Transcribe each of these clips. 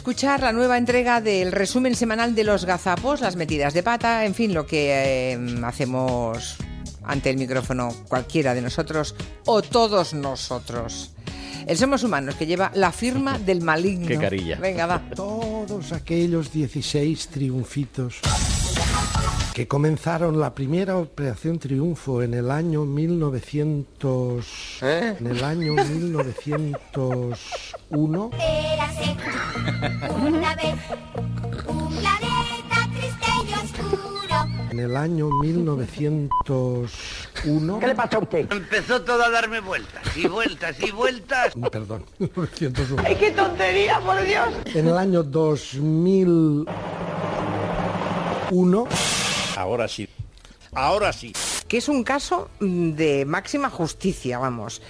escuchar la nueva entrega del resumen semanal de los gazapos, las metidas de pata, en fin, lo que eh, hacemos ante el micrófono cualquiera de nosotros o todos nosotros. El Somos Humanos, que lleva la firma del maligno. Qué carilla. Venga, va. Todos aquellos 16 triunfitos que comenzaron la primera operación Triunfo en el año 1900 ¿Eh? en el año 1901 Érase una vez un planeta triste y oscuro. en el año 1901 ¿Qué le pasa a usted? Empezó todo a darme vueltas y vueltas y vueltas. Mm, perdón 1901 ¡Qué tontería, por Dios! en el año 2001 Ahora sí. Ahora sí. Que es un caso mm, de máxima justicia, vamos.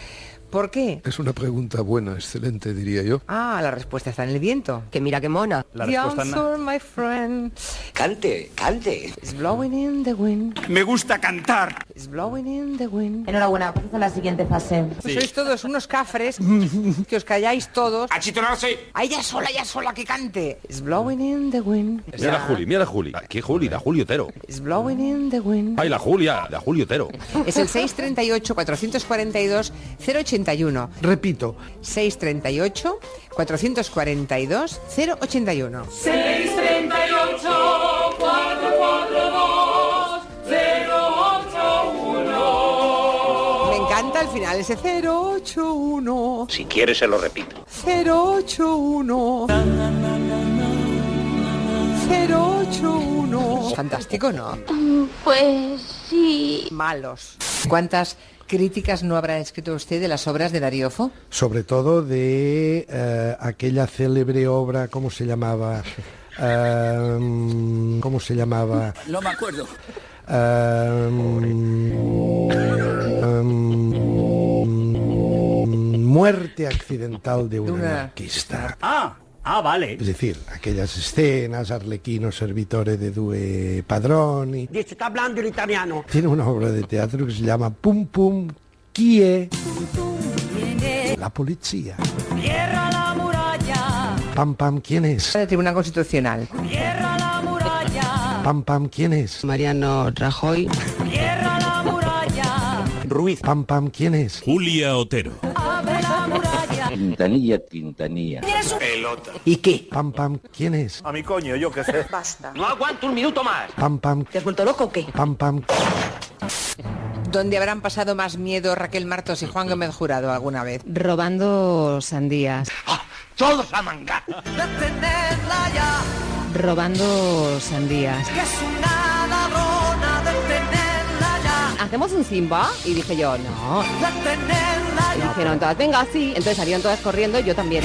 ¿Por qué? Es una pregunta buena, excelente, diría yo. Ah, la respuesta está en el viento. Que mira qué mona. La The respuesta na- answer, my friend, Cante, cante. is blowing in the wind, Me gusta cantar. is blowing in the wind. Enhorabuena, pasas a la siguiente fase. Sois todos unos cafres que os calláis todos. Achitonarse. ¡Ay, ya sola, ya sola que cante! It's blowing in the wind. Mira la Juli, mira la Juli. Ah. Aquí Juli, la Juli Otero. It's blowing in the wind. Ay, la Julia, la Juli Otero. Es el 638-442-081. repito 638-442-081. Me encanta al final ese 081. Si quieres se lo repito. 081. 081. Fantástico, ¿no? Pues sí. Malos. ¿Cuántas críticas no habrá escrito usted de las obras de Darío Fo? sobre todo de eh, aquella célebre obra, ¿cómo se llamaba? Ehm, ¿Cómo se llamaba? Em, No me acuerdo. Ehm, ehm, muerte accidental de un Una- anarquista. Ah, ah, vale. Es decir, aquellas escenas, Arlequino, Servitore de Due Padroni. Dice, está hablando el italiano. Tiene una obra de teatro que se llama Pum Pum Kie. La policía. Pam Pam, ¿quién es? De Tribunal Constitucional. Pam Pam, ¿quién es? Mariano Rajoy. Ruiz. Pam Pam, ¿quién es? Julia Otero. Quintanilla, Quintanilla. ¿Y qué? Pam Pam, ¿quién es? A mi coño, yo qué sé. No aguanto un minuto más. Pam Pam, ¿Te has vuelto loco o qué? Pam Pam. ¿Dónde habrán pasado más miedo Raquel Martos y Juan Gómez Jurado alguna vez? Robando sandías. ¡Ah! Todos a mangar. Robando sandías. ¿Hacemos un Simba? Y dije yo, no. Y dijeron todas, venga, sí. Entonces salieron todas corriendo y yo también.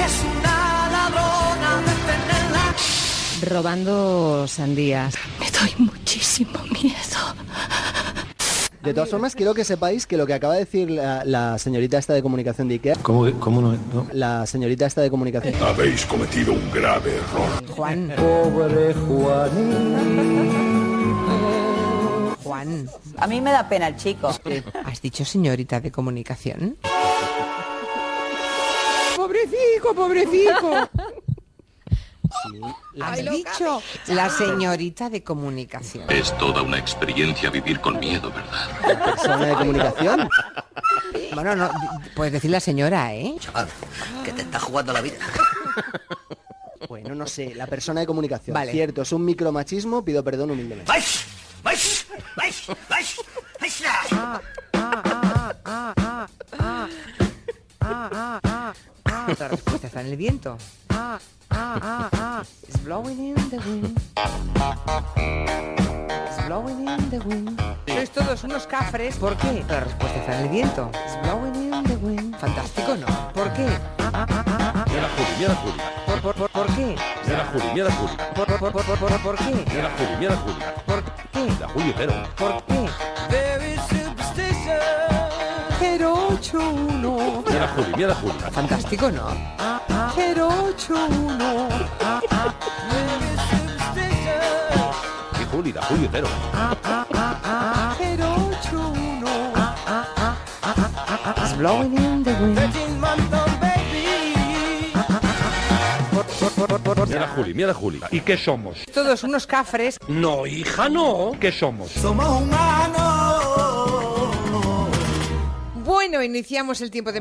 Robando sandías. De todas formas, quiero que sepáis que lo que acaba de decir la, la señorita esta de comunicación de Ikea... ¿Cómo, no, La señorita esta de comunicación... Habéis cometido un grave error. Juan, Pobre Juan, A mí me da pena el chico. ¿has dicho señorita de comunicación? Pobrecico, pobrecico. Has dicho la señorita de comunicación. Es toda una experiencia vivir con miedo, ¿verdad? Persona de comunicación. Bueno, no, puedes decir la señora, ¿eh? Chaval, que te está jugando la vida. Bueno, no sé, la persona de comunicación. Vale. Cierto, es un micromachismo, pido perdón humildemente. ¡Vais! ¡Vais! ¡Vais! ¡Vais! ¡Vais! La respuesta está en el viento. Ah, ah, ah, ah. It's blowing in the wind. It's blowing in the wind. Sois todos unos cafres. ¿Por qué? La respuesta está en el viento. It's blowing in the wind. Fantástico, ¿no? ¿Por qué? Ah, ah, ah, ah, ah. Mira la Juli, mira la Juli. ¿Por, por, por, por qué? Mira la Juli, mira la Juli. ¿Por, por, por, por, por, por qué? Mira la Juli, mira la Juli. ¿Por qué? La Juli Otero. ¿Por qué? 081 Mira la Juli, mira la Juli. Fantástico, ¿no? 081 ah, ah, Aquí Juli, la Juli Otero. ah, ah, ah, ah, 081 ah, ah, ah, ah, ah, ah, It's blowing in the wind. Ah, ah, ah, ah, ah. Por, por, por, por, importa. Mira la Juli, mira la Juli. ¿Y qué somos? Todos unos cafres. No, hija, no. ¿Qué somos? Bueno, iniciamos el tiempo de